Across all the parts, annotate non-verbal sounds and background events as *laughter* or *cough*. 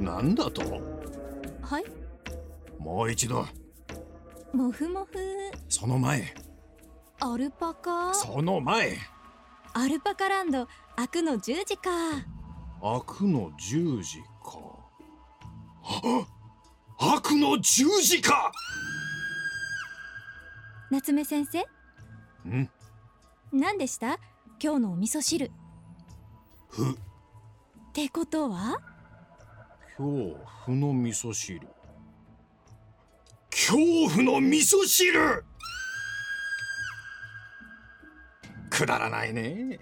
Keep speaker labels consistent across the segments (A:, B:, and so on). A: なんだと
B: はい
A: もう一度
B: もふもふ
A: その前
B: アルパカ
A: その前
B: アルパカランド開くの10時か
A: 開くの10時かあ開くの10時か
B: 夏目先生
A: ん
B: 何でした今日のお味噌汁っ
A: ふ
B: てことは
A: 恐怖の味噌汁恐怖の味噌汁くだらないね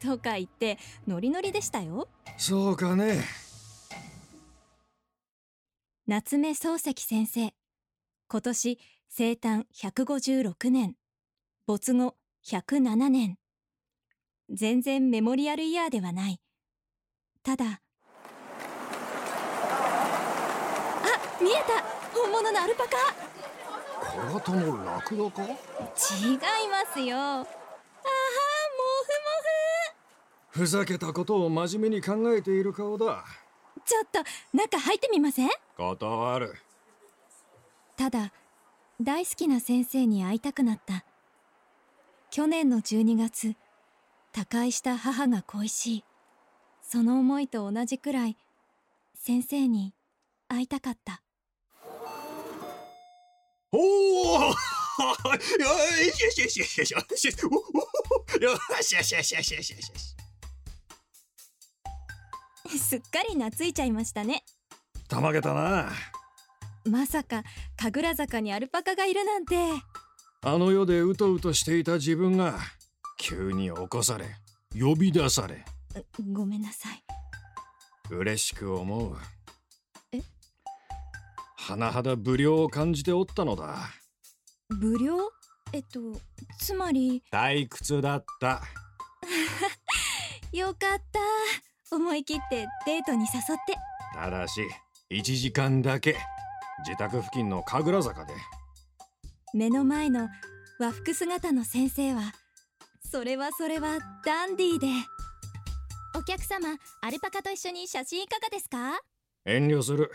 B: とか言ってノリノリでしたよ
A: そうかね
B: 夏目漱石先生今年生誕156年没後107年全然メモリアルイヤーではないただあ見えた本物のアルパカ
A: 小型のラクダか
B: 違いますよあはも
A: ふざけたことを真面目に考えている顔だ
B: ふもふちょっと中入ってみません
A: 断る
B: ただ大好きな先生に会いたくなった去年の12月他界した母が恋しいその思いと同じくらい先生に会いたかった
A: おおよしよしよしよしよしよしおおよしよしよしよしよしよし
B: *laughs* すっかり懐いちゃいましたね
A: たまげたな
B: まさか神楽坂にアルパカがいるなんて
A: あの世でうとうとしていた自分が急に起こされ呼び出され
B: ごめんなさい
A: 嬉しく思う
B: え
A: 甚だ無量を感じておったのだ
B: 無料えっとつまり
A: 退屈だった
B: よかった思い切ってデートに誘って
A: ただし1時間だけ自宅付近の神楽坂で
B: 目の前の和服姿の先生はそれはそれはダンディーでお客様アルパカと一緒に写真いかがですか
A: 遠慮する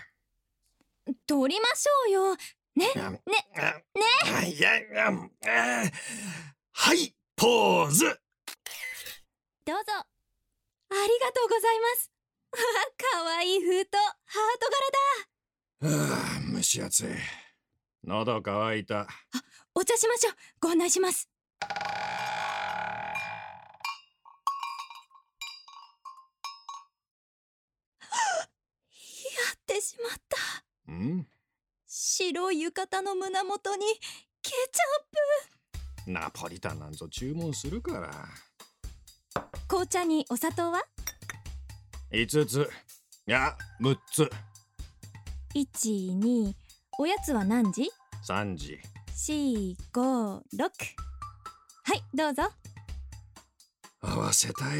B: 撮りましょうよね
A: ね
B: ね
A: ねいやいやうんはいポーズ
B: どうぞありがとうございます *laughs* わあかわいい封筒ハート柄だ
A: はあ蒸し暑い喉乾いた
B: お茶しましょうご案内し *laughs* ますやってしまった
A: うん
B: 白い浴衣の胸元にケチャッ
A: ナポリタンなんぞ注文するから
B: プ紅茶にお砂糖は
A: 5ついや6つ
B: 12おやつは何時
A: 3時
B: 456はいどうぞ
A: 合わせたい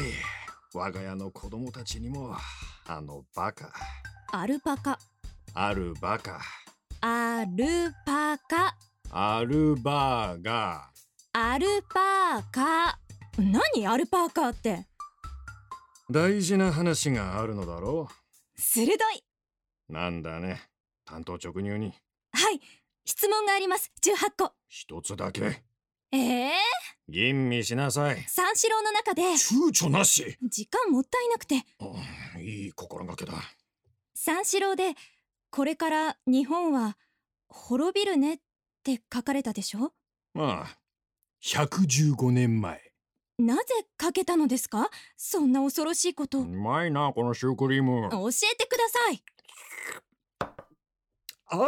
A: 我が家の子供たちにもあのバカ
B: アルパカ
A: あるバカ
B: アルパカ
A: アルバーガ
B: アルパーカ何アルパーカって
A: ー大事な話があるのだろ
B: 鋭いう
A: なんだね単刀直入に
B: はい質問があります18個
A: 一つだけ
B: ええ
A: 吟味しなさい
B: ー、三四郎の中で
A: 躊躇なし
B: 時間もったいなくて
A: うんいい心がけだ
B: 三四郎でこれから日本は滅びるねって書かれたでしょ
A: まあ115年前
B: なぜ書けたのですかそんな恐ろしいこと
A: う
B: 教
A: まいなこのシュークリーム
B: えてください
A: あんま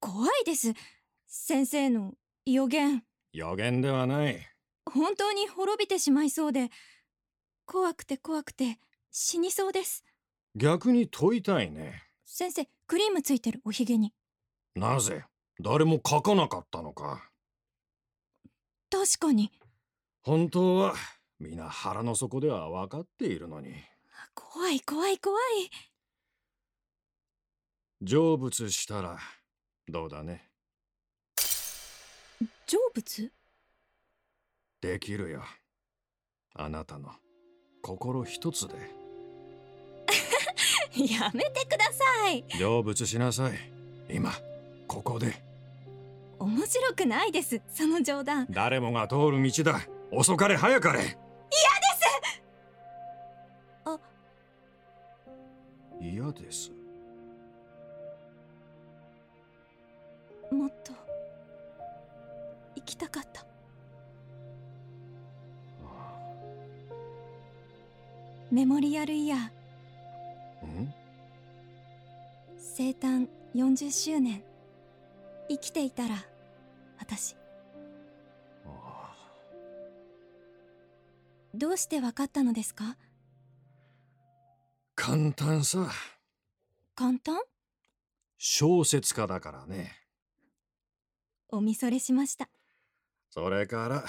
B: 怖いです先生の予言
A: 予言ではない
B: 本当に滅びてしまいそうで怖くて怖くて死にそうです
A: 逆に問いたいね
B: 先生クリームついてるおひげに
A: なぜ誰も書かなかったのか
B: 確かに
A: 本当は皆腹の底では分かっているのに
B: 怖い怖い怖い
A: 成仏したらどうだね
B: 成仏 *laughs*
A: できるよあなたの心一つで
B: やめてください
A: 成仏しなさい今ここで
B: 面白くないですその冗談
A: 誰もが通る道だ遅かれ早かれ嫌です
B: あ
A: 嫌です
B: もっと行きたかったメモリアルイヤー
A: うん
B: 生誕40周年生きていたら私
A: あ
B: どうして分かったのですか
A: 簡単さ
B: 簡単
A: 小説家だからね
B: お見それしました
A: それから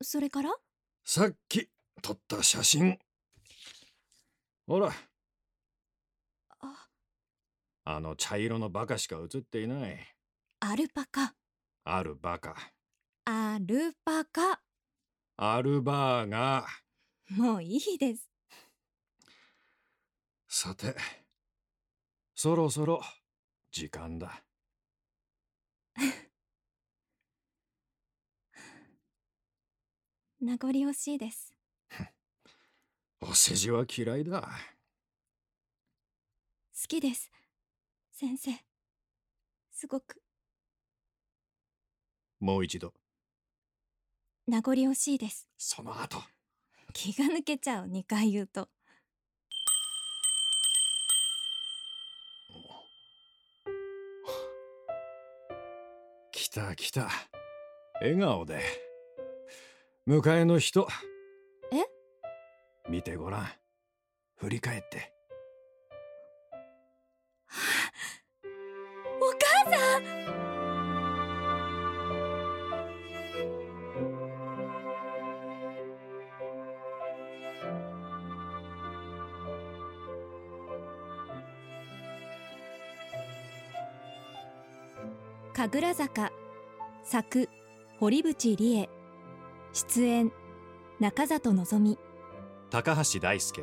B: それから
A: さっき撮った写真ほら
B: あ
A: あの茶色のバカしか写っていない
B: アルパカ
A: あるバカ
B: アルパカ
A: アルバーが
B: もういいです
A: さてそろそろ時間だ
B: 名残惜しいです
A: お世辞は嫌いだ
B: 好きです先生すごく
A: もう一度
B: 名残惜しいです
A: その後
B: 気が抜けちゃう2回言うと
A: 来た来た笑顔で迎えの人
B: え
A: 見てごらん振り返って
B: お母さん神楽坂作堀淵理恵出演中里のぞみ
A: 高橋大輔